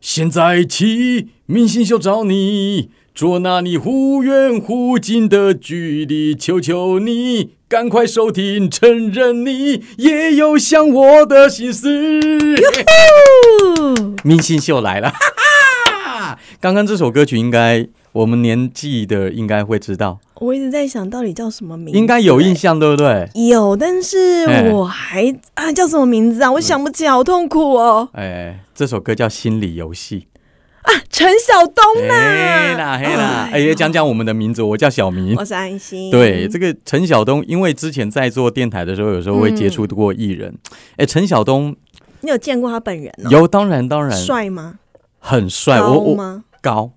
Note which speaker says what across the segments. Speaker 1: 现在起，明星秀找你，捉拿你忽远忽近的距离，求求你赶快收听，承认你也有想我的心思。 明星秀来了， 哈哈！刚刚这首歌曲应该我们年纪的应该会知道，
Speaker 2: 我一直在想到底叫什么名字，
Speaker 1: 应该有印象对不对？
Speaker 2: 有，但是
Speaker 1: 哎嗯
Speaker 2: 我还、啊叫什么名字啊？我想不起来，好痛苦哦！
Speaker 1: 哎，这首歌叫《心理游戏
Speaker 2: 陈晓东》。
Speaker 1: 嘿
Speaker 2: 呐、
Speaker 1: 啦嘿啦，
Speaker 2: 哎
Speaker 1: 哎，也讲讲我们的名字，我叫小明
Speaker 2: 我。是安心。
Speaker 1: 对，这个陈晓东，因为之前在做电台的时候，有时候会接
Speaker 2: 嗯
Speaker 1: 触过艺人。哎、陈晓东
Speaker 2: 你有见过他本人哦？
Speaker 1: 有，当然当然，
Speaker 2: 帅吗？
Speaker 1: 很帅。我
Speaker 2: 高
Speaker 1: 我
Speaker 2: 吗？啊
Speaker 1: 高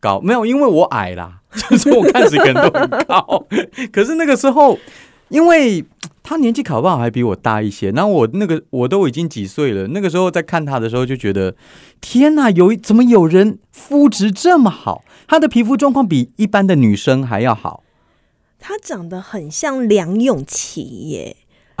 Speaker 1: 高没有，因为我矮啦， 就是我看谁可能都很高。 可是那个时候，因为他年纪考不好还比我大一些，然后我那个我都已经几岁了，那个时候在看他的时候就觉得，天哪，有一怎么有人肤质这么好？他的皮肤状况比一般的女生还要好。
Speaker 2: 他长得很像梁咏琪耶，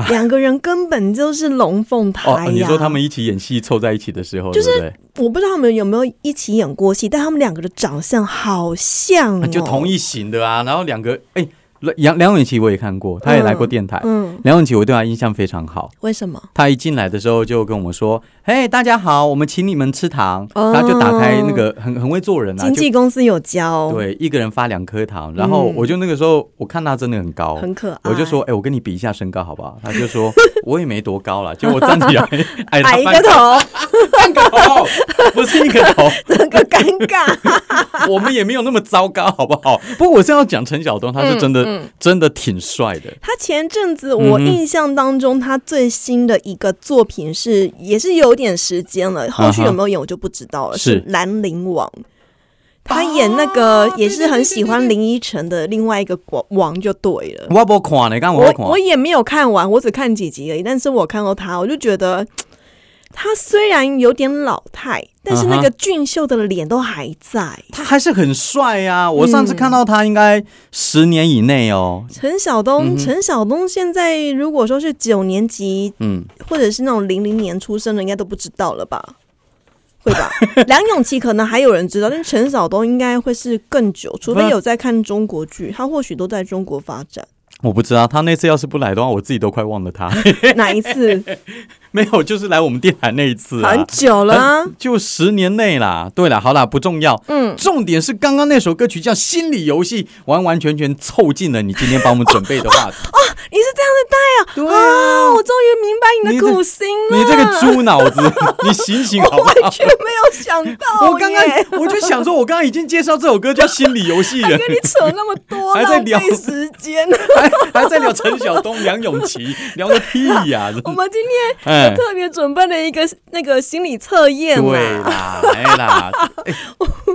Speaker 2: 两个人根本就是龙凤胎、哎呀
Speaker 1: 啊哦，你说他们一起演戏凑在一起的时候，
Speaker 2: 就是
Speaker 1: 对不对？
Speaker 2: 我不知道他们有没有一起演过戏，但他们两个的长相好像、
Speaker 1: 啊
Speaker 2: 哦，
Speaker 1: 就同一型的啊。然后两个，哎、梁梁咏琪我也看过，她也来过电台。
Speaker 2: 嗯，
Speaker 1: 梁咏琪我对她印象非常好，
Speaker 2: 为什么？
Speaker 1: 她一进来的时候就跟我们说：“嘿，大家好，我们请你们吃糖。
Speaker 2: 哦
Speaker 1: 她就打开那个很很会做人啊，
Speaker 2: 经
Speaker 1: 就
Speaker 2: 纪公司有教，，
Speaker 1: 对，一个人发两颗糖。然后
Speaker 2: 嗯
Speaker 1: 我就那个时候我看她真的很高。
Speaker 2: 很可爱。
Speaker 1: 我就说，哎、我跟你比一下身高好不好？她就 说，我也没多高啦，结果我站起来矮她
Speaker 2: 矮一
Speaker 1: 半
Speaker 2: 个头，
Speaker 1: 半个头，不是一个头，
Speaker 2: 整个尴尬。
Speaker 1: 我们也没有那么糟糕，好不好？ 不过我是要讲陈晓东，他是真的、真的挺帅的。
Speaker 2: 他前阵子我
Speaker 1: 嗯哼
Speaker 2: 印象当中，他最新的一个作品是，也是有点时间了，后续有没有演我就不知道了。
Speaker 1: 嗯是哦
Speaker 2: 《兰陵王》，他演那个也是很喜欢林依晨的另外一个王王就对了。
Speaker 1: 我不看呢，刚我
Speaker 2: 我
Speaker 1: 没看，
Speaker 2: 我也没有看完，我只看几集而已。但是我看到他，我就觉得他虽然有点老态，但
Speaker 1: 嗯
Speaker 2: 是那个俊秀的脸都还在。
Speaker 1: 他还是很帅呀、我上次看到他应该十年以内哦。
Speaker 2: 陈晓
Speaker 1: 嗯
Speaker 2: 东，
Speaker 1: 哼
Speaker 2: 陈、晓东现在如果说是九年级
Speaker 1: 嗯，
Speaker 2: 或者是那种零零年出生的，应该都不知道了吧？会吧？ 梁咏琪可能还有人知道，但陈晓东应该会是更久，除非有在看中国剧，他或许都在中国发 展。
Speaker 1: 我不知道他那次要是不来的话，我自己都快忘了他。
Speaker 2: 哪一次？
Speaker 1: 没有，就是来我们电台那一次啊
Speaker 2: 很，久了、啊。
Speaker 1: 就十年内啦。对了，好啦，不重要。
Speaker 2: 嗯，
Speaker 1: 重点是刚刚那首歌曲叫《心理游戏》，完完全全凑近了你今天帮我们准备的 话题。
Speaker 2: 你是这样子带啊？
Speaker 1: 对啊
Speaker 2: 我终于明白你的苦心了。
Speaker 1: 你这个猪脑子， 你醒醒 好不好？
Speaker 2: 完全没有想到哦耶，
Speaker 1: 我刚刚我就想说，我刚刚已经介绍这首歌叫《心理游戏》了
Speaker 2: 还，跟你扯那么多，
Speaker 1: 还在
Speaker 2: 浪
Speaker 1: 聊
Speaker 2: 费时间。
Speaker 1: 还还在聊陈晓东、梁咏琪，聊个屁 呀、
Speaker 2: 我们今天
Speaker 1: 哎，
Speaker 2: 特别准备了一个那个心理测验
Speaker 1: 对
Speaker 2: 啦。
Speaker 1: 啦，哎啦，哎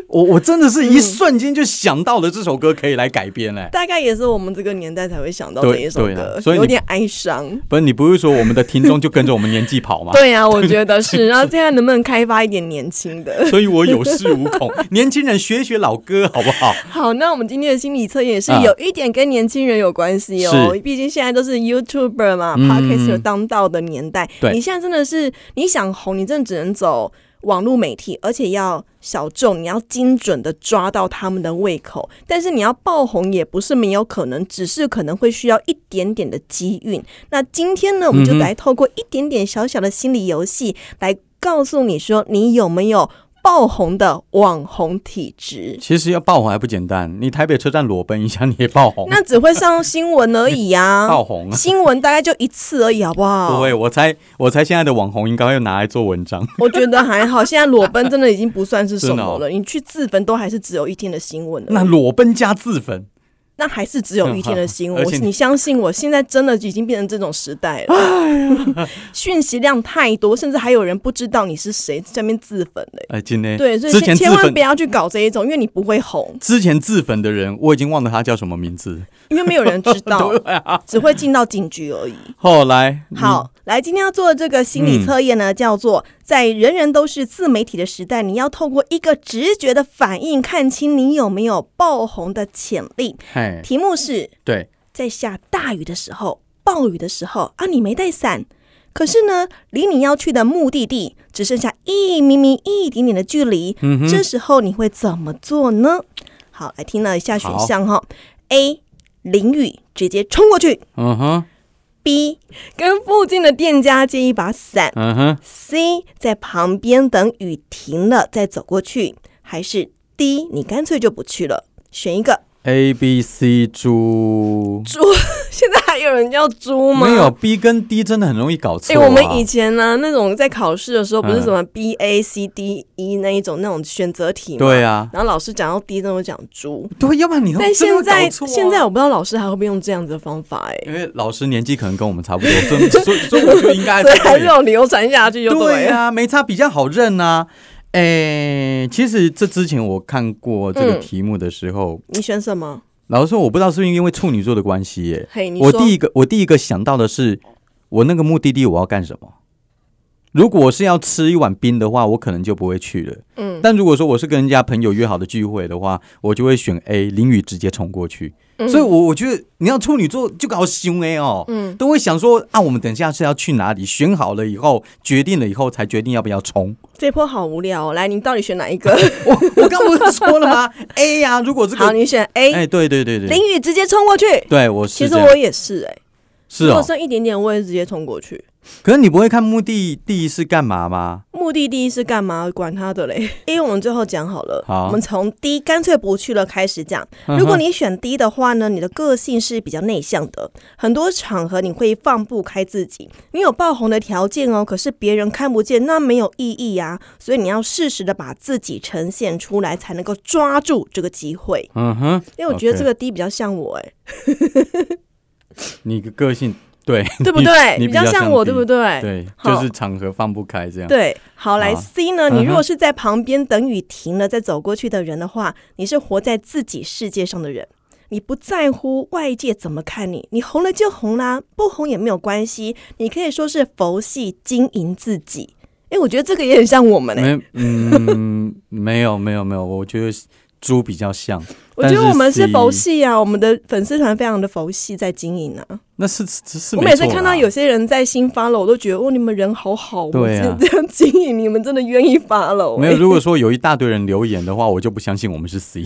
Speaker 1: 我我真的是一瞬间就想到了这首歌可以来改编嘞、哎
Speaker 2: 大概也是我们这个年代才会想到
Speaker 1: 对
Speaker 2: 这一首
Speaker 1: 对啊
Speaker 2: 歌，
Speaker 1: 所以你
Speaker 2: 有点哀伤。
Speaker 1: 不是你不是说我们的听众就跟着我们年纪跑吗？
Speaker 2: 对啊，我觉得 是。然后现在能不能开发一点年轻的？
Speaker 1: 所以我有恃无 恐，年轻人学学老歌好不好？
Speaker 2: 好，那我们今天的心理测验也是
Speaker 1: 啊
Speaker 2: 有一点跟年轻人有关系哦
Speaker 1: 是，
Speaker 2: 毕竟现在都是 YouTuber 嘛、
Speaker 1: 嗯
Speaker 2: p o d c a s t 当道的年代。
Speaker 1: 对
Speaker 2: 你现在真的是你想红，你真的只能走网络媒体，而且要小众，你要精准的抓到他们的胃口。但是你要爆红也不是没有可能，只是可能会需要一点点的机运。那今天呢，我们就
Speaker 1: 嗯哼
Speaker 2: 来透过一点点小小的心理游戏，来告诉你说你有没有爆红的网红体质。
Speaker 1: 其实要爆红还不简单，你台北车站裸奔一下你也爆红，
Speaker 2: 那只会上新闻而已啊，
Speaker 1: 爆红啊！
Speaker 2: 新闻大概就一次而已，好不好？
Speaker 1: 不会，我猜我猜现在的网红应该会拿来做文章。
Speaker 2: 我觉得还好。现在裸奔真的已经不算是什么
Speaker 1: 真的哦
Speaker 2: 了，你去自焚都还是只有一天的新闻
Speaker 1: 那
Speaker 2: 那
Speaker 1: 裸奔加自焚，
Speaker 2: 那还是只有一天的新闻。
Speaker 1: 嗯好
Speaker 2: 我
Speaker 1: 而且你
Speaker 2: 你相信我，现在真的已经变成这种时代了，
Speaker 1: 哎
Speaker 2: 讯息量太多，甚至还有人不知道你是谁，在那边自焚嘞。
Speaker 1: 哎，今天
Speaker 2: 对，所以
Speaker 1: 之前
Speaker 2: 千千
Speaker 1: 自
Speaker 2: 万
Speaker 1: 焚
Speaker 2: 不要去搞这一种，因为你不会红，
Speaker 1: 之前自焚的人，我已经忘了他叫什么名字。
Speaker 2: 因为没有人知 道，
Speaker 1: 啊
Speaker 2: 只会进到警局而已。
Speaker 1: 后来，
Speaker 2: 好，来，今天要做的这个心理测验呢，叫做在人人都是自媒体的时代，你要透过一个直觉的反应，看清你有没有爆红的潜力。
Speaker 1: 嘿，
Speaker 2: 题目是
Speaker 1: 对，
Speaker 2: 在下大雨的时候、暴雨的时候啊，你没带伞，可是呢，离你要去的目的地只剩下一咪咪一点点的距离，
Speaker 1: 嗯
Speaker 2: 这
Speaker 1: 哼，
Speaker 2: 时候你会怎么做呢？好，来听了一下选
Speaker 1: 好
Speaker 2: 项哈，A 淋雨直接冲过去
Speaker 1: 嗯哼，
Speaker 2: ，B 跟附近的店家借一把伞
Speaker 1: 嗯哼，
Speaker 2: ，C 在旁边等雨停了再走过去，还是 D 你干脆就不去了，选一个。
Speaker 1: A、B、C 猪，
Speaker 2: 现在还有人叫猪吗？
Speaker 1: 没有 B 跟 D 真的很容易搞错、
Speaker 2: 哎、
Speaker 1: 啊
Speaker 2: 我们以前呢、那种在考试的时候，不是
Speaker 1: 嗯
Speaker 2: 什么 B A C D E 那一种那种选择题吗？
Speaker 1: 对啊，
Speaker 2: 然后老师讲到 D，那我讲猪。
Speaker 1: 对，啊要不然你真
Speaker 2: 但
Speaker 1: 的
Speaker 2: 现
Speaker 1: 会
Speaker 2: 在、
Speaker 1: 搞错啊
Speaker 2: 现在我不知道老师还会不会用这样子的方法哎、
Speaker 1: 因为老师年纪可能跟我们差不多，所 以所以所以我就应该
Speaker 2: 所以还是要流传下去就
Speaker 1: 哎对
Speaker 2: 了。
Speaker 1: 啊，没差比较好认啊。哎，其实这之前我看过这个
Speaker 2: 嗯
Speaker 1: 题目的时候，
Speaker 2: 你选什么？
Speaker 1: 老实说，我不知道是不是因为处女座的关系耶。
Speaker 2: 嘿，你
Speaker 1: 我
Speaker 2: 说
Speaker 1: 第一个，我第一个想到的是，我那个目的地我要干什么？如果我是要吃一碗冰的话，我可能就不会去了。
Speaker 2: 嗯
Speaker 1: 但如果说我是跟人家朋友约好的聚会的话，我就会选 A，淋雨直接冲过去。
Speaker 2: 嗯
Speaker 1: 所以我，我觉得你要处女座就搞凶 A 哦，
Speaker 2: 嗯
Speaker 1: 都会想说啊，我们等一下是要去哪里？选好了以后，决定了以后才决定要不要 冲。
Speaker 2: 这波好无聊、哦。来，你到底选哪一个？
Speaker 1: 我我刚不是说了吗？A 呀、如果这
Speaker 2: 好，
Speaker 1: 个
Speaker 2: 你选 A，、
Speaker 1: 哎，对对对对，
Speaker 2: 淋雨直接冲过去。
Speaker 1: 对我
Speaker 2: 其
Speaker 1: 是
Speaker 2: 实
Speaker 1: 这样
Speaker 2: 我也是哎、
Speaker 1: 是
Speaker 2: 如果
Speaker 1: 哦，
Speaker 2: 剩一点点，我也直接冲过去。
Speaker 1: 可是你不会看目的地是干嘛吗？
Speaker 2: 目的地是干嘛？管他的嘞！ 因为我们最后讲好了，
Speaker 1: 好
Speaker 2: 我们从 D 干脆不去了开始讲。
Speaker 1: 嗯哼
Speaker 2: 如果你选 D 的话呢，你的个性是比较内向的，很多场合你会放不开自己，你有爆红的条件哦，可是别人看不见，那没有意义啊。所以你要适时的把自己呈现出来，才能够抓住这个机会。
Speaker 1: 嗯哼，
Speaker 2: 因为我觉得
Speaker 1: OK
Speaker 2: 这个 D 比较像我、哎、
Speaker 1: 你个个性对
Speaker 2: 对不
Speaker 1: 你
Speaker 2: 对？
Speaker 1: 你
Speaker 2: 比较像我，对不
Speaker 1: 对？
Speaker 2: 对？
Speaker 1: 对，
Speaker 2: 哎好
Speaker 1: 就是场合放不开这样。
Speaker 2: 对，好来
Speaker 1: 好
Speaker 2: C 呢？
Speaker 1: 嗯哼
Speaker 2: 你如果是在旁边等雨停了再走过去的人的话，你是活在自己世界上的人，你不在乎外界怎么看你，你红了就红啦，不红也没有关系，你可以说是佛系经营自己。哎，我觉得这个也很像我们哎、
Speaker 1: 没，嗯，没有没有没有，我觉得猪比较像。
Speaker 2: 我觉得我们是
Speaker 1: 但是 C-
Speaker 2: 佛系啊，我们的粉丝团非常的佛系在经营啊。
Speaker 1: 那是是是
Speaker 2: 我
Speaker 1: 没
Speaker 2: 每次
Speaker 1: 错
Speaker 2: 看
Speaker 1: 啦
Speaker 2: 到有些人在新发了，我都觉得哦，你们人好好，我
Speaker 1: 对
Speaker 2: 们
Speaker 1: 啊
Speaker 2: 这样经营，你们真的愿意发了、 哦
Speaker 1: 没有？如果说有一大堆人留言的话，我就不相信我们是 C，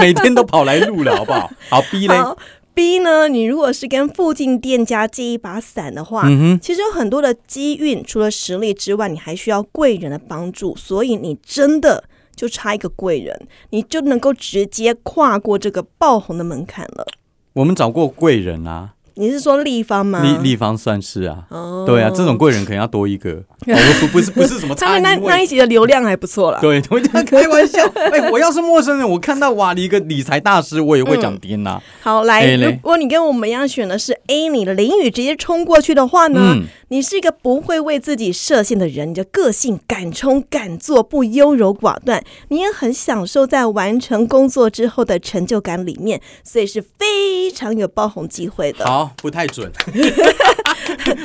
Speaker 1: 每天都跑来录了，好不 好？好 B 嘞，
Speaker 2: 好，B 哦呢？你如果是跟附近店家借一把伞的话，
Speaker 1: 嗯哼，
Speaker 2: 其实有很多的机运，除了实力之外，你还需要贵人的帮助，所以你真的就差一个贵人，你就能够直接跨过这个爆红的门槛了。
Speaker 1: 我们找过贵人啊，
Speaker 2: 你是说立方吗？
Speaker 1: 立立方算是啊，
Speaker 2: 嗯哦
Speaker 1: 对啊，这种贵人可能要多一 个，哦不不不是不是什么
Speaker 2: 他
Speaker 1: 差
Speaker 2: 们那
Speaker 1: 一
Speaker 2: 那
Speaker 1: 位。
Speaker 2: 一集的流量还不错啦。
Speaker 1: 对，我这 样开玩笑。 哎、我要是陌生人，我看到哇，你一个理财大师，我也会
Speaker 2: 嗯
Speaker 1: 讲天呐、
Speaker 2: 好，来，
Speaker 1: A 嘞
Speaker 2: 如果你跟我们一样选的是 A，你的淋雨直接冲过去的话呢，
Speaker 1: 嗯
Speaker 2: 你是一个不会为自己设限的人，你的个性敢冲敢做，不优柔寡断，你也很享受在完成工作之后的成就感里面，所以是非常有爆红机会的。
Speaker 1: 好，不太准。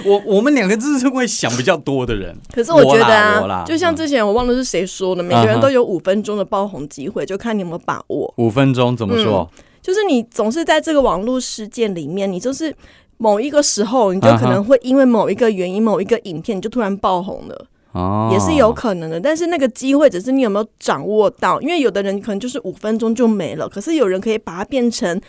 Speaker 1: 我我们两个就是会想比较多的人。
Speaker 2: 可是我觉得
Speaker 1: 我啦我啦
Speaker 2: 啊，就像之前我忘了是谁说的，每个
Speaker 1: 嗯
Speaker 2: 人
Speaker 1: 哼
Speaker 2: 都有五分钟的爆红机会，就看你有没有把握。
Speaker 1: 五分钟怎么说？
Speaker 2: 就是你总是在这个网络事件里面，你就是某一个时候，你就可
Speaker 1: 啊
Speaker 2: 能会因为某一个原因、某一个影片，你就突然爆红了，
Speaker 1: 哦，
Speaker 2: 嗯也是有可能的。但是那个机会只是你有没有掌握到，因为有的人可能就是五分钟就没了，可是有人可以把它变成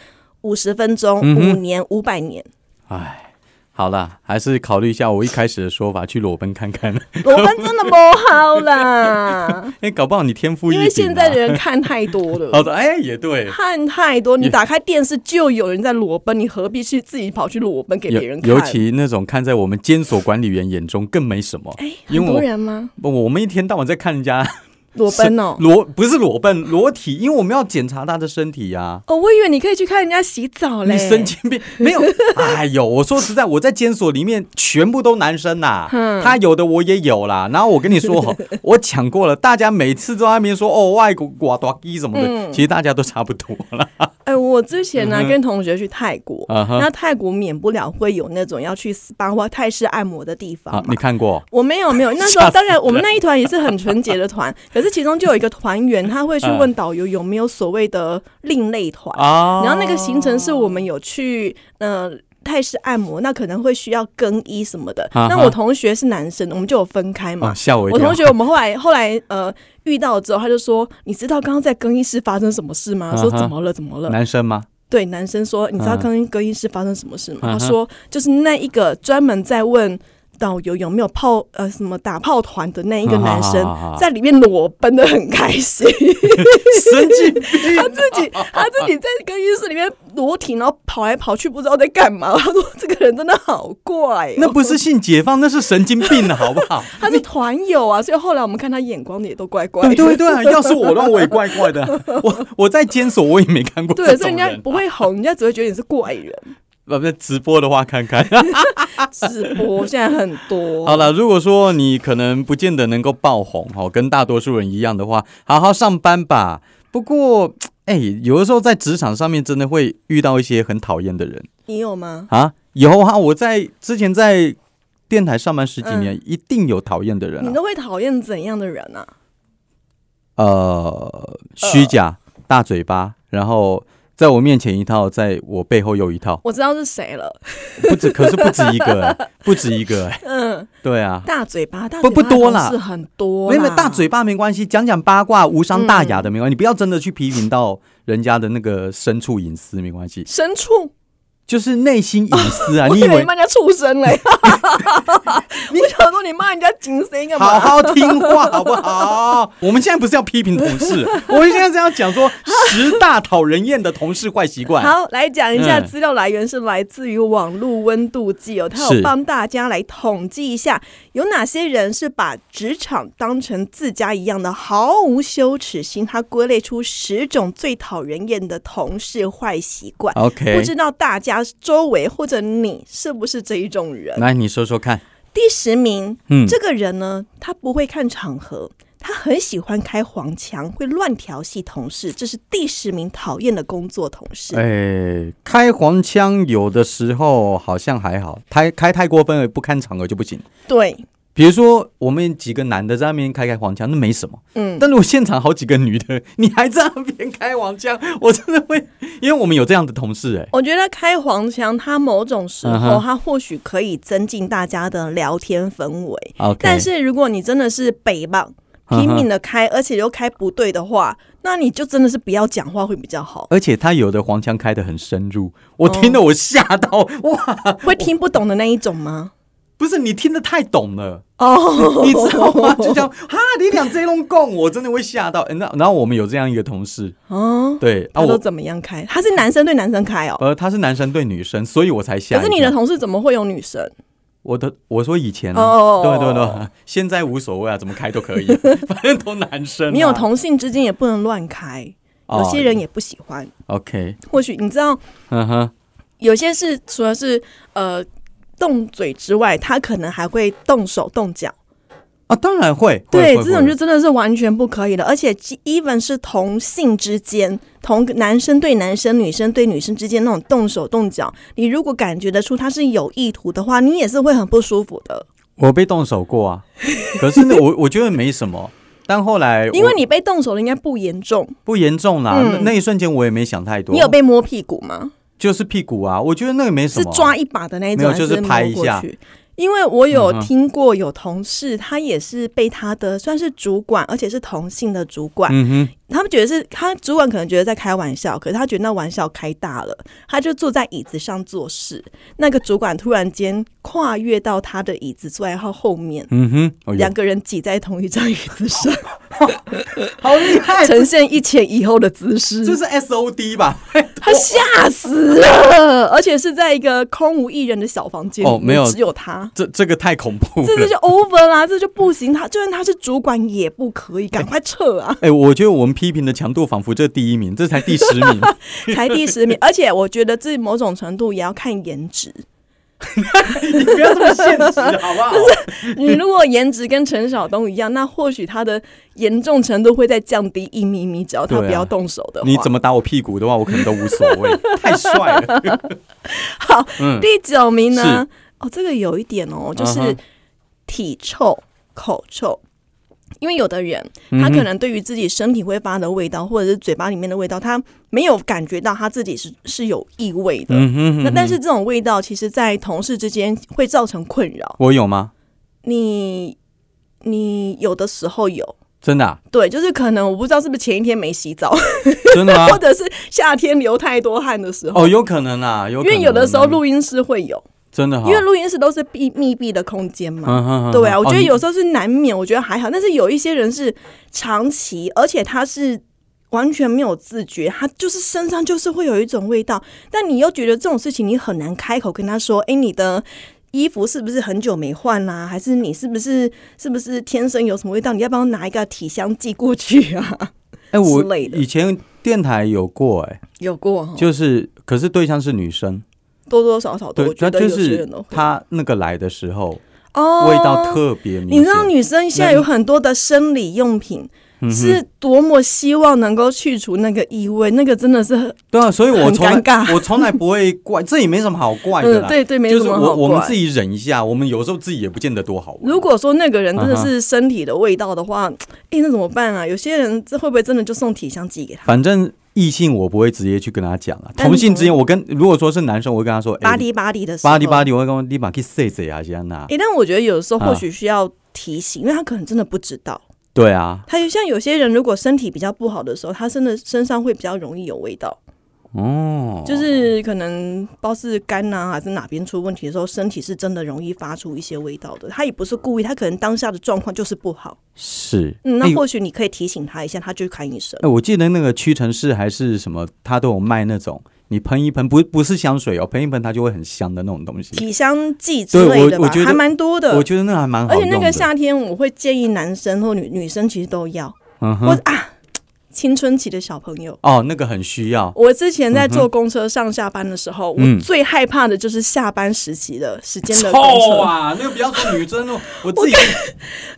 Speaker 2: 五十分钟、
Speaker 1: 嗯哼
Speaker 2: 五年、五百年。
Speaker 1: 哎，好啦，还是考虑一下我一开始的说法，去裸奔看 看。
Speaker 2: 裸奔真的不好啦，
Speaker 1: 哎、 搞不好你天赋异
Speaker 2: 因
Speaker 1: 禀、啊。
Speaker 2: 为现在的人看太 多了。
Speaker 1: 好的，哎、也对。
Speaker 2: 看太多，你
Speaker 1: 也
Speaker 2: 打开电视就有人在裸奔，你何必去自己跑去裸奔给
Speaker 1: 尤
Speaker 2: 别人看？
Speaker 1: 尤其那种看在我们监所管理员眼中更没什么，因
Speaker 2: 很
Speaker 1: 为
Speaker 2: 多
Speaker 1: 我
Speaker 2: 人吗？
Speaker 1: 我我们一天到晚在看人家
Speaker 2: 裸奔哦，
Speaker 1: 裸不是裸奔裸体，因为我们要检查他的身体呀、
Speaker 2: 哦，我以为你可以去看人家洗澡嘞。
Speaker 1: 你神经病？没 有，哎呦，我说实在，我在监所里面全部都男生呐、
Speaker 2: 哼
Speaker 1: 他有的我也有啦。然后我跟你说哦， 我讲过了，大家每次都在那边说哦外国寡多基什么的，
Speaker 2: 嗯
Speaker 1: 其实大家都差不多 啦。
Speaker 2: 哎、我之前呢、
Speaker 1: 嗯哼
Speaker 2: 跟同学去泰国，
Speaker 1: 啊哈
Speaker 2: 那泰国免不了会有那种要去 SPA 或泰式按摩的地方
Speaker 1: 啊，
Speaker 2: 嘛。
Speaker 1: 你看 过？
Speaker 2: 我没有没有，那时候
Speaker 1: 吓死
Speaker 2: 当然我们那一团也是很纯洁的团， 可是其中就有一个团员他会去问导游有没有所谓的另类团，
Speaker 1: 啊，
Speaker 2: 然后那个行程是我们有去呃泰式按摩，那可能会需要更衣什么的。
Speaker 1: 啊哈
Speaker 2: 那我同学是男生，我们就有分开嘛。
Speaker 1: 哦，吓我一
Speaker 2: 我
Speaker 1: 跳
Speaker 2: 同。学，我们后来后来呃遇到之后，他就说：“你知道刚刚在更衣室发生什么事吗？”
Speaker 1: 啊哈
Speaker 2: 说怎么了？怎么了？
Speaker 1: 男生吗？
Speaker 2: 对，男生说：“你知道
Speaker 1: 嗯
Speaker 2: 刚刚更衣室发生什么事吗？”
Speaker 1: 嗯哼
Speaker 2: 他说：“就是那一个专门在问导游有没有泡呃什么打炮团的那一个男生，
Speaker 1: 啊
Speaker 2: 在里面裸奔的很开 心，
Speaker 1: 神经病！
Speaker 2: 他自己他自己在更衣室里面裸体，然后跑来跑去，不知道在干嘛。他说这个人真的好怪、哦，
Speaker 1: 那不是性解放，那是神经病啊了，好不好？
Speaker 2: 他是团友啊，所以后来我们看他眼光也都怪 怪的。
Speaker 1: 对对对，要是我让我也怪怪的。我我在监所，我也没看过
Speaker 2: 对
Speaker 1: 这
Speaker 2: 所
Speaker 1: 种
Speaker 2: 以人家
Speaker 1: 人。啊
Speaker 2: 不会红，人家只会觉得你是怪人。
Speaker 1: 呃，不是直播的话看看。
Speaker 2: 直播现在很多，
Speaker 1: 啊好了，如果说你可能不见得能够爆红哦，跟大多数人一样的话，好好上班吧。不过，哎、有的时候在职场上面真的会遇到一些很讨厌的人
Speaker 2: 你有吗？
Speaker 1: 啊。有啊，我在之前在电台上班十几年，一定有讨厌的人
Speaker 2: 嗯你
Speaker 1: 啊。
Speaker 2: 都会讨厌怎样的人啊？
Speaker 1: 呃，虚假、大嘴巴，然后在我面前一套，在我背后又一套，
Speaker 2: 我知道是谁了，
Speaker 1: 不止，可是不止一个、哎不止一个、哎
Speaker 2: 嗯，
Speaker 1: 对啊。
Speaker 2: 大嘴巴，大
Speaker 1: 不不多啦
Speaker 2: 啦，是很多
Speaker 1: 没有
Speaker 2: 啦，
Speaker 1: 没有大嘴巴没关系，讲讲八卦无伤大雅的
Speaker 2: 嗯
Speaker 1: 没关系，你不要真的去批评到人家的那个深处隐私没关系，
Speaker 2: 深处，
Speaker 1: 就是内心隐私 啊，
Speaker 2: 我
Speaker 1: 你
Speaker 2: 以
Speaker 1: 以
Speaker 2: 为
Speaker 1: 为
Speaker 2: 骂人家畜 生嘞，我想说你骂人家精神干
Speaker 1: 好
Speaker 2: 嘛？
Speaker 1: 好听话好不好？我们现在不是要批评同 事，我们现在是要讲说十大讨人厌的同事坏习惯。
Speaker 2: 好，来讲一下
Speaker 1: 嗯
Speaker 2: 资料来源是来自于网络温度计哦，它
Speaker 1: 是
Speaker 2: 有帮大家来统计一下有哪些人是把职场当成自家一样的毫无羞耻心，它归类出十种最讨人厌的同事坏习惯。不
Speaker 1: OK，
Speaker 2: 知道大家周围或者你是不是这一种人？
Speaker 1: 来你说说看，
Speaker 2: 第十名，
Speaker 1: 嗯，
Speaker 2: 这个人呢，他不会看场合，他很喜欢开黄腔，会乱调戏同事，这是第十名讨厌的工作同事。
Speaker 1: 哎，开黄腔有的时候好像还好，开开太过分了，不看场合就不行。
Speaker 2: 对，
Speaker 1: 比如说我们几个男的在那边开开黄腔，那没什么。
Speaker 2: 嗯，
Speaker 1: 但如果现场好几个女的，你还在那边开黄腔，我真的会，因为我们有这样的同事哎、
Speaker 2: 我觉得开黄腔，他某种时
Speaker 1: 嗯
Speaker 2: 候，
Speaker 1: 哼
Speaker 2: 他或许可以增进大家的聊天氛围。
Speaker 1: OK，
Speaker 2: 但是如果你真的是北棒，
Speaker 1: 嗯哼
Speaker 2: 拼命的开，而且又开不对的话，那你就真的是不要讲话会比 较好，
Speaker 1: 而且他有的黄腔开得很深入，我听得我吓到，哇！
Speaker 2: 会听不懂的那一种吗？
Speaker 1: 不是你听得太懂了，
Speaker 2: 哦，
Speaker 1: 你知道吗？就像哈，你俩这弄共，我真的会吓到。哎那然后我们有这样一个同事，
Speaker 2: 哦，
Speaker 1: 对啊
Speaker 2: 他都
Speaker 1: 我。
Speaker 2: 怎么样开？他是男生对男生开哦。
Speaker 1: 呃，他是男生对女生，所以我才吓一
Speaker 2: 可
Speaker 1: 跳。
Speaker 2: 是你的同事怎么会有女生？
Speaker 1: 我的我说以前、啊，
Speaker 2: 哦
Speaker 1: 对对对， 现在无所谓啊，怎么开都 可以，反正都男生、啊。
Speaker 2: 你有同性之间也不能乱开，有些人也不喜欢。
Speaker 1: 哦 OK，
Speaker 2: 或许你知道，
Speaker 1: 嗯哼，
Speaker 2: 有些是除了是呃动嘴之外，他可能还会动手动脚。
Speaker 1: 啊，当然会，会
Speaker 2: 对，
Speaker 1: 会
Speaker 2: 这种
Speaker 1: 会
Speaker 2: 就真的是完全不可以的。而且即，even 是同性之间，同男生对男生、女生对女生之间那种动手动脚，你如果感觉得出他是有意图的话，你也是会很不舒服的，
Speaker 1: 我被动手过 啊，可是那我我觉得没什么，但后来
Speaker 2: 因为
Speaker 1: 我
Speaker 2: 你被动手了应该不严重。
Speaker 1: 不严重啦，
Speaker 2: 嗯
Speaker 1: 那那一瞬间我也没想太多，
Speaker 2: 你有被摸屁股吗？
Speaker 1: 就是屁股啊，我觉得那个没什
Speaker 2: 是
Speaker 1: 么，
Speaker 2: 抓一把的那一
Speaker 1: 没有
Speaker 2: 种，还
Speaker 1: 就是
Speaker 2: 摸
Speaker 1: 拍一
Speaker 2: 过
Speaker 1: 下
Speaker 2: 去。因为我有
Speaker 1: 嗯哼
Speaker 2: 听过有同事，他也是被他的算是主管，而且是同性的主管，
Speaker 1: 嗯哼，
Speaker 2: 他们觉得是他主管可能觉得在开玩笑，可是他觉得那玩笑开大了，他就坐在椅子上做事。那个主管突然间跨越到他的椅子，坐在他后面，
Speaker 1: 嗯哼，哦
Speaker 2: 两
Speaker 1: 有，
Speaker 2: 个人挤在同一张椅 子上，
Speaker 1: 好厉害，
Speaker 2: 呈现一前一后的姿势，
Speaker 1: 这是 S O D 吧？
Speaker 2: 他 吓死了，而且是在一个空无一人的小房间里面，
Speaker 1: 哦没有
Speaker 2: 只有他。
Speaker 1: 这这个太恐怖
Speaker 2: 这这
Speaker 1: 了。
Speaker 2: 就 over 啦，这就不行。他就算他是主管也不可以，赶快 撤啊！
Speaker 1: 哎、我觉得我们批评的强度仿佛这第一名，这才第十 名。
Speaker 2: 才第十名，而且我觉得这某种程度也要看颜值。
Speaker 1: 你不要这么现实，啊好不好？
Speaker 2: 你如果颜值跟陈晓东一样，那或许他的严重程度会再降低一米米，只要他
Speaker 1: 对啊
Speaker 2: 不要动手的话。
Speaker 1: 你怎么打我屁股的话，我可能都无所 谓，太帅了。
Speaker 2: 好？
Speaker 1: 嗯
Speaker 2: 第九名呢？哦，这个有一点哦，就是
Speaker 1: 嗯哼
Speaker 2: 体臭、口臭。因为有的人
Speaker 1: 嗯
Speaker 2: 他
Speaker 1: 哼
Speaker 2: 可能对于自己身体会发的味道，或者是嘴巴里面的味道，他没有感觉到他自己是是有异味的。
Speaker 1: 嗯哼哼
Speaker 2: 那
Speaker 1: 哼
Speaker 2: 但是这种味道，其实，在同事之间会造成困扰。
Speaker 1: 我有吗？
Speaker 2: 你你有的时候有，
Speaker 1: 真的啊、
Speaker 2: 对，就是可能我不知道是不是前一天没洗澡，
Speaker 1: 真的 吗？
Speaker 2: 或者是夏天流太多汗的时候。
Speaker 1: 啊哦，有可能啊，有
Speaker 2: 因
Speaker 1: 可能
Speaker 2: 为有的时候录音室会有，
Speaker 1: 真的哈，
Speaker 2: 因为录音室都是闭密闭的空间嘛。
Speaker 1: 嗯哼哼
Speaker 2: 对啊，
Speaker 1: 哼
Speaker 2: 我觉
Speaker 1: 哦
Speaker 2: 得
Speaker 1: 你
Speaker 2: 有时候是难免，我觉得还好。但是有一些人是长期，而且他是完全没有自觉，他就是身上就是会有一种味道，但你又觉得这种事情你很难开口跟他说，哎，你的。衣服是不是很久没换啦、还是你是不是是不是天生有什么味道？你要不要拿一个体香寄过去啊？
Speaker 1: 哎，我
Speaker 2: 之类的
Speaker 1: 以前电台有过哎、
Speaker 2: 有过哦，
Speaker 1: 就是可是对象是女生，
Speaker 2: 多多少少都，
Speaker 1: 对
Speaker 2: 我，觉
Speaker 1: 她
Speaker 2: 得
Speaker 1: 就
Speaker 2: 有些
Speaker 1: 是
Speaker 2: 人都会
Speaker 1: 她那个来的时候，
Speaker 2: 哦，
Speaker 1: 味道特别明显。嗯
Speaker 2: 你知道女生现在有很多的生理用品，是多么希望能够去除那个异味，那个真的是很呃
Speaker 1: 对啊，所以我
Speaker 2: 很
Speaker 1: 从来
Speaker 2: 尴尬
Speaker 1: 我从来不会怪，这也没什么好怪的
Speaker 2: 嗯，
Speaker 1: 啦。
Speaker 2: 对对，没
Speaker 1: 就
Speaker 2: 什
Speaker 1: 是
Speaker 2: 么好
Speaker 1: 我我们
Speaker 2: 怪
Speaker 1: 自。己忍一下，我们有时候自己也不见得多好闻。
Speaker 2: 如果说那个人真的
Speaker 1: 啊哈
Speaker 2: 是身体的味道的话，哎、那怎么办啊？有些人这会不会真的就送体香剂给他？
Speaker 1: 反正异性我不会直接去跟他讲啊，
Speaker 2: 但是
Speaker 1: 同性之间我跟如果说是男生，我会跟他说，
Speaker 2: 巴
Speaker 1: 哎，
Speaker 2: 迪巴迪的时候，
Speaker 1: 巴迪巴迪，我会跟我立马去塞塞啊，先呐
Speaker 2: 哎、。但我觉得有时候
Speaker 1: 啊
Speaker 2: 或许需要提醒，因为他可能真的不知道。
Speaker 1: 对啊，
Speaker 2: 他就像有些人，如果身体比较不好的时候，他真的身上会比较容易有味道。
Speaker 1: 哦，
Speaker 2: 就是可能不知道是肝啊还是哪边出问题的时候，身体是真的容易发出一些味道的。他也不是故意，他可能当下的状况就是不好。
Speaker 1: 是。
Speaker 2: 嗯，
Speaker 1: 哎
Speaker 2: 那或许你可以提醒他一下，他去看医生。
Speaker 1: 哎，我记得那个屈臣氏还是什么，他都有卖那种，你喷一喷，不不是香水哦，喷一喷它就会很香的那种东西。
Speaker 2: 体香剂之类
Speaker 1: 对
Speaker 2: 的
Speaker 1: 我我
Speaker 2: 吧
Speaker 1: 觉，得
Speaker 2: 还蛮多的
Speaker 1: 我。觉得那还蛮好
Speaker 2: 而
Speaker 1: 用
Speaker 2: 且
Speaker 1: 的。
Speaker 2: 那个夏天，我会建议男生或女女生其实都要。
Speaker 1: 嗯哼
Speaker 2: 我啊，青春期的小朋友。
Speaker 1: 哦，那个很需要。
Speaker 2: 我之前在坐公车上下班的时候，
Speaker 1: 嗯
Speaker 2: 我最害怕的就是下班时期的时间的公车。
Speaker 1: 臭啊！那个不要说女生 哦，我自己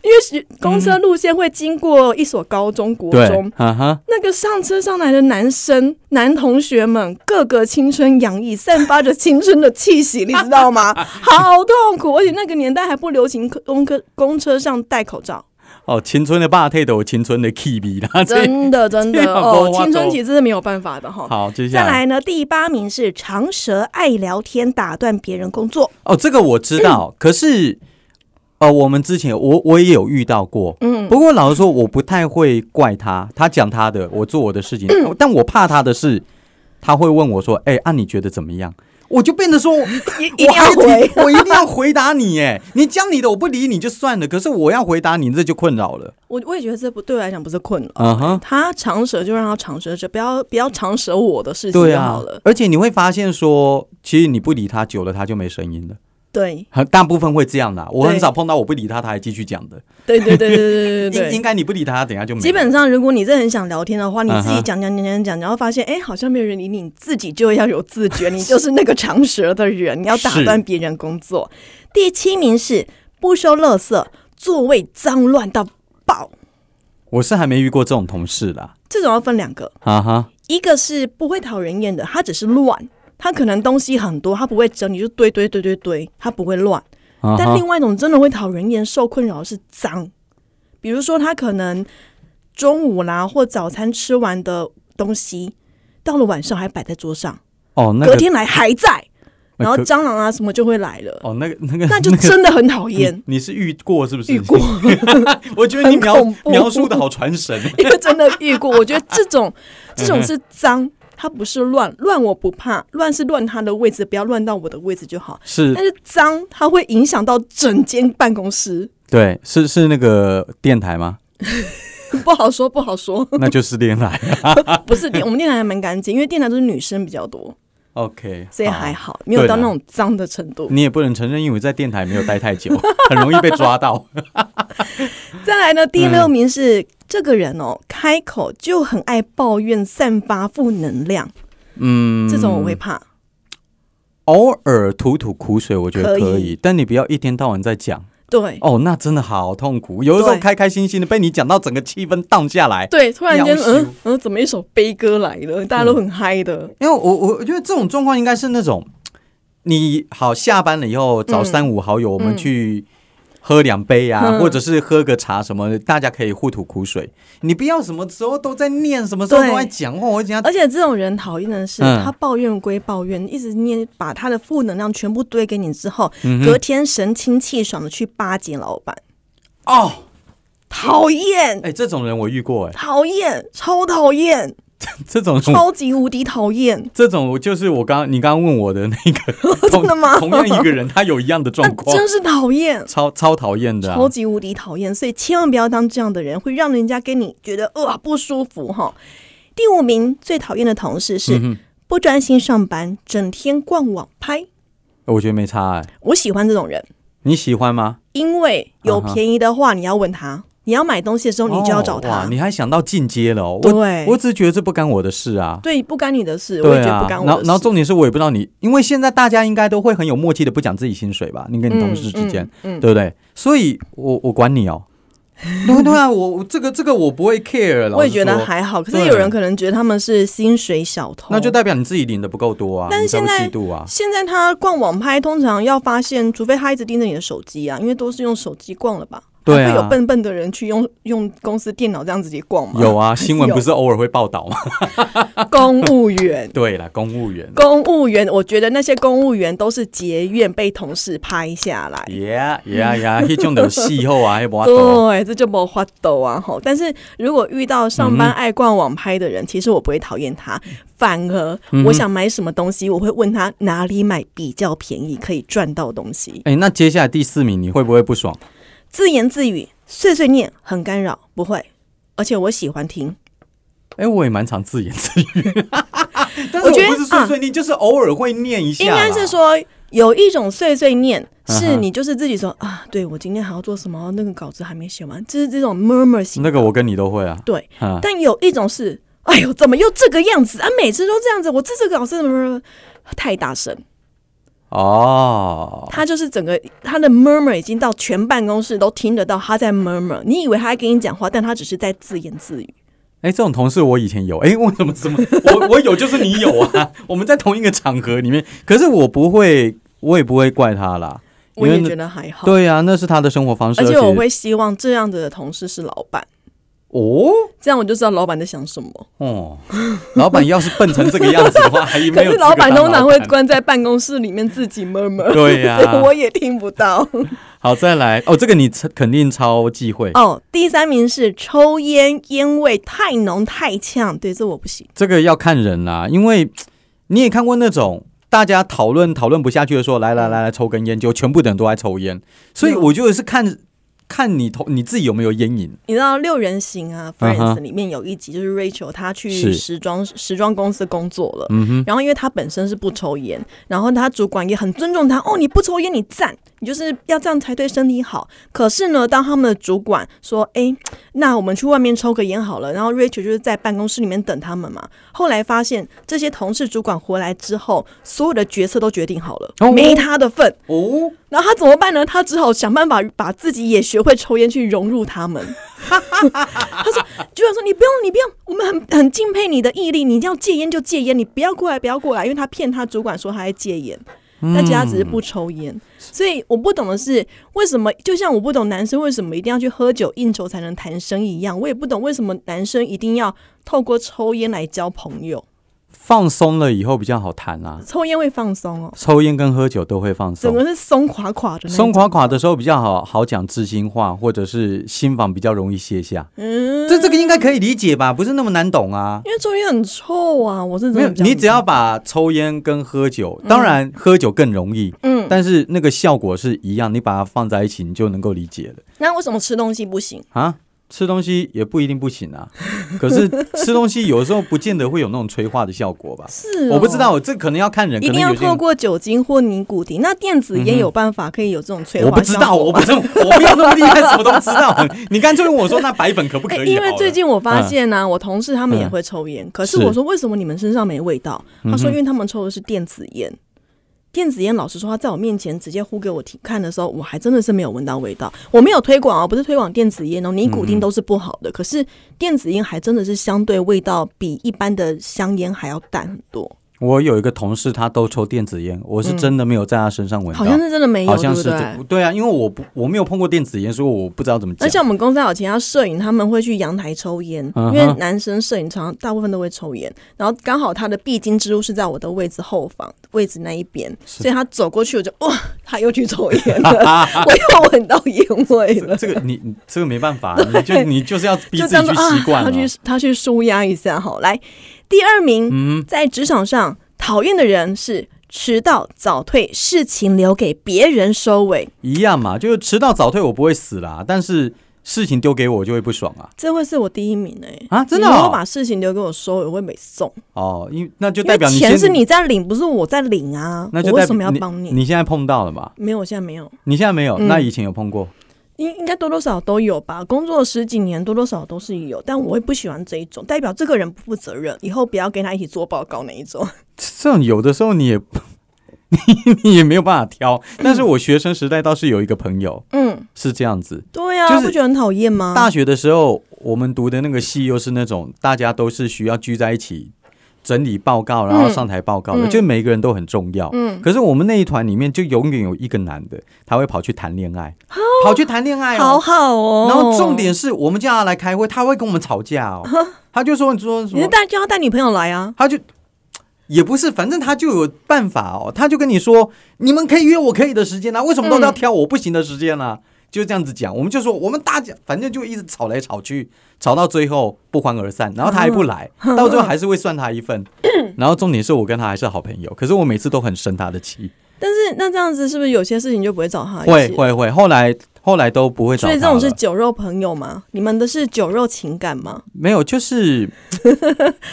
Speaker 2: 因为是公车路线会经过一所高中、国中，
Speaker 1: 啊哈，
Speaker 2: 那个上车上来的男生、男同学们，个个青春洋溢，散发着青春的气息，你知 道吗？好痛苦，而且那个年代还不流行公车公车上戴口罩，
Speaker 1: 哦，青春的霸退的，我青春的 K B 啦，这
Speaker 2: 真的真
Speaker 1: 这
Speaker 2: 的
Speaker 1: 样我
Speaker 2: 哦
Speaker 1: 我，
Speaker 2: 青春期真的没有办法的哈。
Speaker 1: 好，接
Speaker 2: 再
Speaker 1: 下来
Speaker 2: 来呢，第八名是长舌爱聊天，打断别人工作。
Speaker 1: 哦，这个我知道，可是呃，我们之前我我也有遇到过，
Speaker 2: 嗯，
Speaker 1: 不过老实说，我不太会怪他，他讲他的，我做我的事情，
Speaker 2: 嗯
Speaker 1: 但我怕他的是，他会问我说，哎，啊，你觉得怎么样？我就变得说，
Speaker 2: 一一定要回。
Speaker 1: 我一定要回答你，哎，你讲你的，我不理你就算了，可是我要回答你，这就困扰了，
Speaker 2: 我我也觉得这不对我来讲不是困扰。
Speaker 1: 嗯哼。
Speaker 2: 他长舌就让他长舌着，不要不要长舌我的事情
Speaker 1: 对
Speaker 2: 就
Speaker 1: 啊
Speaker 2: 好了。，
Speaker 1: 而且你会发现说，其实你不理他久了，他就没声音了。
Speaker 2: 对
Speaker 1: 很大部分会这样的啊、我
Speaker 2: 对
Speaker 1: 很少碰到我不理他，他还继续讲的。
Speaker 2: 对对对对对对对
Speaker 1: 应应
Speaker 2: 对。
Speaker 1: 该你不理他，等一下就没了。
Speaker 2: 基本上，如果你真的很想聊天的话，你自
Speaker 1: 嗯
Speaker 2: 己
Speaker 1: 哼
Speaker 2: 讲讲讲讲讲，然后发现哎、好像没有人理你，你自己就要有自觉，你就是那个长舌的人，你要打
Speaker 1: 是
Speaker 2: 断别人工作。第七名是不收垃圾，座位脏乱到爆，
Speaker 1: 我是还没遇过这种同事啦，
Speaker 2: 这种要分两个，
Speaker 1: 哈哈，
Speaker 2: 一个是不会讨人厌的，他只是乱，他可能东西很多，他不会整理，就堆堆堆堆堆，他不会乱。
Speaker 1: 啊
Speaker 2: 但
Speaker 1: 哈
Speaker 2: 另外一种真的会讨人厌、受困扰的是脏，比如说他可能中午啦或早餐吃完的东西，到了晚上还摆在桌上，
Speaker 1: 哦那
Speaker 2: 隔
Speaker 1: 个
Speaker 2: 天来还在，
Speaker 1: 那
Speaker 2: 然后
Speaker 1: 隔
Speaker 2: 蟑螂啊什么就会来了，
Speaker 1: 哦那个那个
Speaker 2: 那就
Speaker 1: 个嗯
Speaker 2: 真的很讨
Speaker 1: 你
Speaker 2: 厌。
Speaker 1: 你是遇过是不是？
Speaker 2: 遇过，
Speaker 1: 我觉得你
Speaker 2: 很
Speaker 1: 描
Speaker 2: 恐怖
Speaker 1: 描述的好传神。
Speaker 2: 因为真的遇过，我觉得这 种这种是脏，它不是乱，乱我不怕，乱是乱它的位置，不要乱到我的位置就好。
Speaker 1: 是
Speaker 2: 但是脏它会影响到整间办公室，
Speaker 1: 对，是是那个电台吗？
Speaker 2: 不好说，不好说。
Speaker 1: 那就是恋爱。
Speaker 2: 不是，我们电台还蛮干净，因为电台都是女生比较多，
Speaker 1: OK，
Speaker 2: 所以
Speaker 1: 好
Speaker 2: 还好，没有到
Speaker 1: 对
Speaker 2: 那
Speaker 1: 啦
Speaker 2: 种脏的程度。
Speaker 1: 你也不能承认，因为在电台没有待太久， 很容易被抓到。嗯
Speaker 2: 再来呢，第六名是、这个人哦，开口就很爱抱怨，散发负能量，
Speaker 1: 嗯，
Speaker 2: 这种我会怕。
Speaker 1: 偶尔吐吐苦水，我觉得可以，
Speaker 2: 可以
Speaker 1: 但你不要一天到晚在讲
Speaker 2: 对
Speaker 1: 哦，那真的好痛苦。有的时候
Speaker 2: 对
Speaker 1: 开开心心的被你讲到整个气氛荡下来，
Speaker 2: 对，突然间，
Speaker 1: 要
Speaker 2: 嗯
Speaker 1: 羞
Speaker 2: 嗯，怎么一首悲歌来了？大家都很嗨的。
Speaker 1: 因为我我我觉得这种状况应该是那种，你好下班了以后找三五好友，我们去喝两杯啊，
Speaker 2: 嗯
Speaker 1: 或者是喝个茶什么，大家可以互吐苦水。你不要什么时候都在念，什么时候
Speaker 2: 对
Speaker 1: 都在讲话，我讲
Speaker 2: 而且这种人讨厌的是，
Speaker 1: 嗯
Speaker 2: 他抱怨归抱怨，一直念把他的负能量全部堆给你之后，
Speaker 1: 嗯
Speaker 2: 隔天神清气爽的去巴结老板，
Speaker 1: 哦，
Speaker 2: 讨厌，
Speaker 1: 哎，这种人我遇过，哎，
Speaker 2: 讨厌，超讨厌，
Speaker 1: 这种人我
Speaker 2: 超级无敌讨厌。
Speaker 1: 这种就是我刚你刚刚问我的那个同
Speaker 2: 真的吗
Speaker 1: 同样一个人，他有一样的
Speaker 2: 那
Speaker 1: 状况，
Speaker 2: 真是讨厌，
Speaker 1: 超超讨厌的、啊
Speaker 2: 超。级无敌讨厌，所以千万不要当这样的人，会让人家跟你觉得哇不舒服哈。第五名最讨厌的同事
Speaker 1: 嗯
Speaker 2: 是、不专心上班，整天逛网拍。
Speaker 1: 我觉得没差哎、
Speaker 2: 我喜欢这种人，
Speaker 1: 你喜欢吗？
Speaker 2: 因为
Speaker 1: 嗯
Speaker 2: 有便宜的话你要问他，你要买东西的时候你就要找
Speaker 1: 哦
Speaker 2: 他。
Speaker 1: 哇，你还想到进阶了、哦？我
Speaker 2: 对
Speaker 1: 我只是觉得这不干我的事啊。
Speaker 2: 对，不干你的事，我
Speaker 1: 对
Speaker 2: 也觉得
Speaker 1: 啊
Speaker 2: 不，干我
Speaker 1: 然后
Speaker 2: 的事。
Speaker 1: 然后重点是我也不知道你，因为现在大家应该都会很有默契的不讲自己薪水吧？你跟你同事之间，
Speaker 2: 嗯嗯嗯
Speaker 1: 对不对？所以我我管你哦。 对对啊，我我这个这个我不会 care 了。
Speaker 2: 我也觉得还好，可是
Speaker 1: 对
Speaker 2: 有人可能觉得他们是薪水小偷。
Speaker 1: 那就代表你自己领的不够多啊，
Speaker 2: 但是
Speaker 1: 你才会
Speaker 2: 现
Speaker 1: 嫉
Speaker 2: 在
Speaker 1: 妒啊。
Speaker 2: 现在他逛网拍，通常要发现，除非他一直盯着你的手机啊，因为都是用手机逛了吧？
Speaker 1: 对啊
Speaker 2: 还会有笨笨的人去用用公司电脑这样直接逛吗？
Speaker 1: 有 啊，新闻
Speaker 2: 有
Speaker 1: 不是偶尔会报道吗？，
Speaker 2: 公务员
Speaker 1: 对啦，公务员。
Speaker 2: 公务员，我觉得那些公务员都是结怨被同事拍下来。
Speaker 1: 耶耶耶，迄种就是气候啊，迄无法度。
Speaker 2: 对，这就没法抖啊吼！但是如果遇到上
Speaker 1: 嗯
Speaker 2: 班爱逛网拍的人，其实我不会讨厌他，反而
Speaker 1: 嗯
Speaker 2: 我想买什么东西，我会问他哪里买比较便宜，可以赚到东西。
Speaker 1: 哎、那接下来第四名你会不会不爽？
Speaker 2: 自言自语、碎碎念很干扰，不会，而且我喜欢听。
Speaker 1: 哎、我也蛮常自言自语，但是
Speaker 2: 我觉得啊
Speaker 1: 不是碎碎念，就是偶尔会念啊一下
Speaker 2: 应
Speaker 1: 啊啦。
Speaker 2: 该是说有一种碎碎念，
Speaker 1: 嗯
Speaker 2: 是
Speaker 1: 哼
Speaker 2: 你就是自己说啊，对我今天还要做什么，那个稿子还没写完，就是这种 murmur 型。
Speaker 1: 那个，我跟你都会啊。
Speaker 2: 对，
Speaker 1: 啊，
Speaker 2: 但有一种是，哎呦，怎么又这个样子啊？每次都这样子，我这次稿子怎么 太大声？
Speaker 1: 哦，
Speaker 2: 他就是整个他的 murmur 已经到全办公室都听得到他在 murmur。你以为他在跟你讲话，但他只是在自言自语。
Speaker 1: 哎、这种同事我以前有，哎、为什么什么，我我有就是你有啊，我们在同一个场合里面，可是我不会，我也不会怪他啦，因
Speaker 2: 我
Speaker 1: 为
Speaker 2: 也
Speaker 1: 那
Speaker 2: 觉得还好，
Speaker 1: 对啊，那是他的生活方式，
Speaker 2: 而且我会希望这样子的同事是老板。
Speaker 1: 哦。
Speaker 2: 这样我就知道老板在想什么。
Speaker 1: 哦，老板要是笨成这个样子的话，还
Speaker 2: 可
Speaker 1: 没有资
Speaker 2: 是
Speaker 1: 格
Speaker 2: 老板
Speaker 1: 当
Speaker 2: 通常会
Speaker 1: 老板啊
Speaker 2: 关在办公室里面自己 murmur，
Speaker 1: 对呀、
Speaker 2: 所以我也听不到。
Speaker 1: 好，再来哦，这个你肯定超忌讳，
Speaker 2: 哦，第三名是抽烟，烟味太浓太呛，对，这我不行。
Speaker 1: 这个要看人啦、因为嘖你也看过那种大家讨论讨论不下去的时候，来来来来抽根烟，就全部的人都在抽烟，所以
Speaker 2: 有
Speaker 1: 我觉得是看看你头你自己有没有烟瘾，
Speaker 2: 你知道《六人行》啊，《
Speaker 1: 嗯
Speaker 2: Friends
Speaker 1: 哼》
Speaker 2: 里面有一集就是 Rachel 她去
Speaker 1: 是
Speaker 2: 时装时装公司工作了，
Speaker 1: 嗯哼，
Speaker 2: 然后因为她本身是不抽烟，然后她主管也很尊重她，哦，你不抽烟你赞，你就是要这样才对身体好。可是呢，当他们的主管说，哎，那我们去外面抽个烟好了，然后 Rachel 就是在办公室里面等他们嘛。后来发现这些同事主管回来之后，所有的决策都决定好了，
Speaker 1: 哦
Speaker 2: 没他的份。
Speaker 1: 哦，
Speaker 2: 然后他怎么办呢？他只好想办法把自己也学会抽烟，去融入 他们。他说：“局长说你不用，你不用，我们很很敬佩你的毅力，你一定要戒烟就戒烟，你不要过来，不要过来。”因为他骗他主管说他在戒烟，但其实他只是不抽烟。
Speaker 1: 嗯
Speaker 2: 所以我不懂的是，为什么就像我不懂男生为什么一定要去喝酒应酬才能谈生意一样，我也不懂为什么男生一定要透过抽烟来交朋友。
Speaker 1: 放松了以后比较好谈啦、
Speaker 2: 抽烟会放松哦，
Speaker 1: 抽烟跟喝酒都会放
Speaker 2: 整
Speaker 1: 松。
Speaker 2: 个是松垮垮的那一种
Speaker 1: 松垮垮的时候比较好好讲知心话，或者是心房比较容易卸下，
Speaker 2: 嗯。
Speaker 1: 这这个应该可以理解吧？不是那么难懂啊。
Speaker 2: 因为抽烟很臭啊，我是
Speaker 1: 没
Speaker 2: 真
Speaker 1: 有
Speaker 2: 的，
Speaker 1: 你只要把抽烟跟喝酒，当然喝酒更容易，
Speaker 2: 嗯，
Speaker 1: 但是那个效果是一样，你把它放在一起，你就能够理解了
Speaker 2: 那为什么吃东西不行？
Speaker 1: 啊。吃东西也不一定不行 啊，可是吃东西有时候不见得会有那种催化的效果吧？
Speaker 2: 是、哦
Speaker 1: 我不知，道，这可能要看人，
Speaker 2: 一
Speaker 1: 可
Speaker 2: 定
Speaker 1: 能
Speaker 2: 要
Speaker 1: 有些
Speaker 2: 透
Speaker 1: 人
Speaker 2: 过酒精或尼古丁。那电子烟有办法可以有这种催
Speaker 1: 我
Speaker 2: 化
Speaker 1: 不知
Speaker 2: 效
Speaker 1: 道，
Speaker 2: 果
Speaker 1: 我
Speaker 2: 吗？
Speaker 1: 不是我不要那么厉害，什么都知 道。你干脆问我说那白粉可不可以好嗯
Speaker 2: 哎
Speaker 1: 了？
Speaker 2: 因为最近我发现呢、啊我同事他们也会抽烟，可是
Speaker 1: 是
Speaker 2: 我说为什么你们身上没味道？他说
Speaker 1: 嗯哼
Speaker 2: 因为他们抽的是电子烟。电子烟，老实说，他在我面前直接呼给我听看的时候，我还真的是没有闻到味道。我没有推广哦，不是推广电子烟哦，尼古
Speaker 1: 嗯
Speaker 2: 丁都是不好的。可是电子烟还真的是相对味道比一般的香烟还要淡很多。
Speaker 1: 我有一个同事，他都抽电子烟，我是
Speaker 2: 嗯
Speaker 1: 真的没有在他身上闻到，
Speaker 2: 好像是真的没有，
Speaker 1: 好像
Speaker 2: 对
Speaker 1: 是
Speaker 2: 不
Speaker 1: 这
Speaker 2: 对？
Speaker 1: 对啊，因为我不我没有碰过电子烟，所以我不知道怎么
Speaker 2: 而
Speaker 1: 讲。
Speaker 2: 且我们公司还有其他摄影，他们会去阳台抽烟，
Speaker 1: 嗯哼
Speaker 2: 因为男生摄影常常大部分都会抽烟。然后刚好他的必经之路是在我的位置后方位置那一边，
Speaker 1: 是
Speaker 2: 所以他走过去，我就哇，他又去抽烟了， 我又闻到烟味了。
Speaker 1: 这个你你这个没办法，你就你就是要逼
Speaker 2: 就
Speaker 1: 自
Speaker 2: 这样
Speaker 1: 己
Speaker 2: 说
Speaker 1: 去习惯
Speaker 2: 啊，
Speaker 1: 了
Speaker 2: 他。去他去舒压一下哈。来，第二名，
Speaker 1: 嗯，
Speaker 2: 在职场上讨厌的人是迟到、早退，事情留给别人收尾，
Speaker 1: 一样嘛，就是迟到早退我不会死啦，但是事情丢给我就会不爽啊
Speaker 2: 这会是我第一名哎、
Speaker 1: 啊，真的
Speaker 2: 你如果
Speaker 1: 哦
Speaker 2: 把事情留给我收尾，我会没送，
Speaker 1: 哦，因那就
Speaker 2: 因
Speaker 1: 代
Speaker 2: 为
Speaker 1: 表你
Speaker 2: 钱
Speaker 1: 先
Speaker 2: 是，你在领，不是我在领啊。
Speaker 1: 那就
Speaker 2: 我为
Speaker 1: 代
Speaker 2: 什么
Speaker 1: 表
Speaker 2: 要帮
Speaker 1: 你现在碰到了嘛？
Speaker 2: 没有，我现在没有，
Speaker 1: 你现在没有，
Speaker 2: 嗯
Speaker 1: 那以前有碰过
Speaker 2: 应应该多多少少都有吧。工作十几年，多多少少都是有，但我会不喜欢这一种，代表这个人不负责任，以后不要跟他一起做报告那一种。
Speaker 1: 这种，有的时候你也 你你也没有办法挑。但是我学生时代倒是有一个朋友
Speaker 2: 嗯，
Speaker 1: 是这样子，
Speaker 2: 对呀、
Speaker 1: 就是
Speaker 2: 不觉得很讨厌吗？
Speaker 1: 大学的时候，我们读的那个系又是那种大家都是需要聚在一起整理报告，然后上台报告的，
Speaker 2: 嗯
Speaker 1: 就每个人都很重要。可是我们那一团里面就永远有一个男的，他会跑去谈恋爱，跑去谈恋爱
Speaker 2: 哦好
Speaker 1: 哦。
Speaker 2: 好哦。
Speaker 1: 然后重点是我们叫他来开会，他会跟我们吵架哦。
Speaker 2: 啊
Speaker 1: 他就说：“你说什
Speaker 2: 你是
Speaker 1: 么？
Speaker 2: 带叫他带女朋友来啊？
Speaker 1: 他就也不是，反正他就有办法哦。他就跟你说，你们可以约我可以的时间啊，为什么
Speaker 2: 嗯
Speaker 1: 都要挑我不行的时间呢、就这样子讲，我们就说我们大家反正就一直吵来吵去，吵到最后不欢而散，然后他还不来，
Speaker 2: 嗯
Speaker 1: 到最后还是会算他一份。然后重点是我跟他还是好朋友，可是我每次都很生他的气，
Speaker 2: 但是那这样子是不是有些事情就不会找他一起？
Speaker 1: 会。会会，后来后来都不会找
Speaker 2: 哎
Speaker 1: 他
Speaker 2: 所以
Speaker 1: 了。
Speaker 2: 这种是酒肉朋友吗？你们的是酒肉情感吗？
Speaker 1: 没有，就是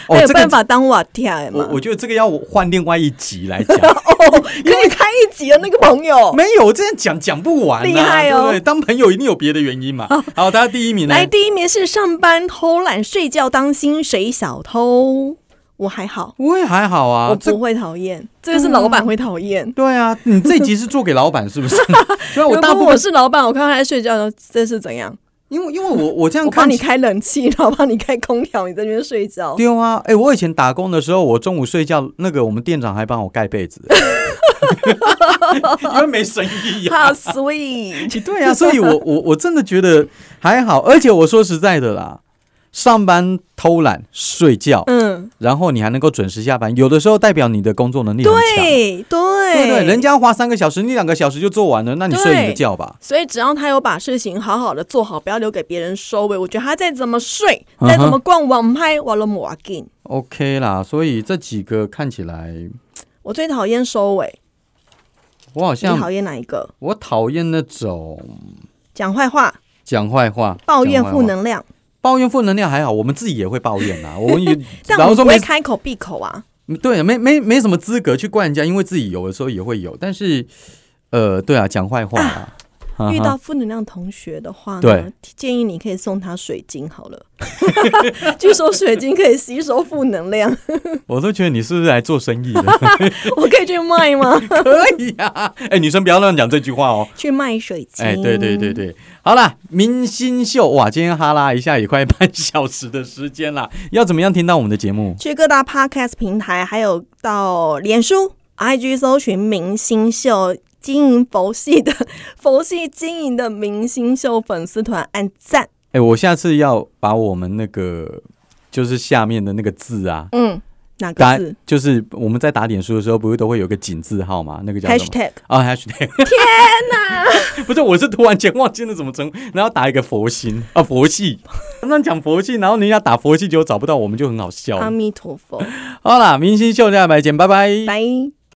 Speaker 1: 哦
Speaker 2: 还有
Speaker 1: 这
Speaker 2: 办
Speaker 1: 个
Speaker 2: 法当瓦跳吗？
Speaker 1: 我我觉得这个要换另外一集来讲。
Speaker 2: 哦可以开一集啊的那个朋友。
Speaker 1: 没有，这样讲讲不完、啊，
Speaker 2: 哦厉害哦
Speaker 1: 对不对？当朋友一定有别的原因嘛。好，大家第一名呢？
Speaker 2: 来，第一名是上班偷懒、睡觉当薪水小偷，我还好，
Speaker 1: 我也还好啊，
Speaker 2: 我
Speaker 1: 这
Speaker 2: 不会讨厌，这个是老板会讨厌。
Speaker 1: 对啊，你这一集是做给老板是 不是？对啊，我
Speaker 2: 如
Speaker 1: 大
Speaker 2: 果
Speaker 1: 部
Speaker 2: 我
Speaker 1: 分
Speaker 2: 是老板，我看到他在睡觉，这是怎样？
Speaker 1: 因为因为我我这样
Speaker 2: 我帮
Speaker 1: 看
Speaker 2: 你
Speaker 1: 起
Speaker 2: 开冷气， 然后帮你开空调，你在那边睡 觉。
Speaker 1: 丢啊！哎、我以前打工的时候，我中午睡觉，那个我们店长还帮我盖被 子，因为没生 意啊。
Speaker 2: 好 sweet，
Speaker 1: 对啊，所以我我我真的觉得还好，而且我说实在的啦，上班偷懒睡觉，
Speaker 2: 嗯，
Speaker 1: 然后你还能够准时下班，有的时候代表你的工作能力很强。
Speaker 2: 对对
Speaker 1: 对对，人家花三个小时，你两个小时就做完了，那你睡你的
Speaker 2: 对
Speaker 1: 觉吧。
Speaker 2: 所以只要他有把事情好好的做好，不要留给别人收尾，我觉得他再怎么睡，
Speaker 1: 嗯
Speaker 2: 再怎么逛网拍，我都没要紧。
Speaker 1: OK 啦，所以这几个看起来，
Speaker 2: 我最讨厌收尾，
Speaker 1: 我好
Speaker 2: 你
Speaker 1: 像
Speaker 2: 讨厌哪一个？
Speaker 1: 我讨厌那种
Speaker 2: 讲坏话、
Speaker 1: 讲坏话、
Speaker 2: 抱怨负
Speaker 1: 讲坏话、
Speaker 2: 能量，
Speaker 1: 抱怨负能量还好，我们自己也会抱怨 啊。我们也
Speaker 2: 但
Speaker 1: 然后
Speaker 2: 我们不
Speaker 1: 说
Speaker 2: 会
Speaker 1: 没
Speaker 2: 开口闭口啊。
Speaker 1: 对，没没没什么资格去怪人家，因为自己有的时候也会有，但是呃，对啊，讲坏话啊，哈哈
Speaker 2: 遇到负能量同学的话呢
Speaker 1: 对，
Speaker 2: 建议你可以送他水晶好了。 据说水晶可以吸收负能量，
Speaker 1: 我都觉得你是不是来做生 意的？
Speaker 2: 我可以去卖吗？
Speaker 1: 可以呀、
Speaker 2: 啊
Speaker 1: 哎、女生不要乱讲这句话哦。
Speaker 2: 去卖水晶？
Speaker 1: 哎，对对对，对，好啦，明星秀哇，今天哈拉一下也快半小时的时间啦，要怎么样听到我们的节目？
Speaker 2: 去各大 podcast 平台，还有到脸书、IG 搜寻“明星秀”，经营佛系的佛系经营的明星秀粉丝团，按赞。
Speaker 1: 哎，我下次要把我们那个就是下面的那个字啊，
Speaker 2: 嗯，哪个
Speaker 1: 打
Speaker 2: 字
Speaker 1: 就是我们在打脸书的时候，不是都会有个井字号吗？那个叫什么？
Speaker 2: ？#hashtag
Speaker 1: 啊，#hashtag 天哪！ 不是，我是突然间忘记了怎么称呼，然后打一个佛心啊，佛系。刚刚讲佛系，然后人家打嗯佛系，结果找不到，我们就很好笑。
Speaker 2: 阿弥陀佛，
Speaker 1: 好啦，明星秀下白见，拜拜。
Speaker 2: 拜。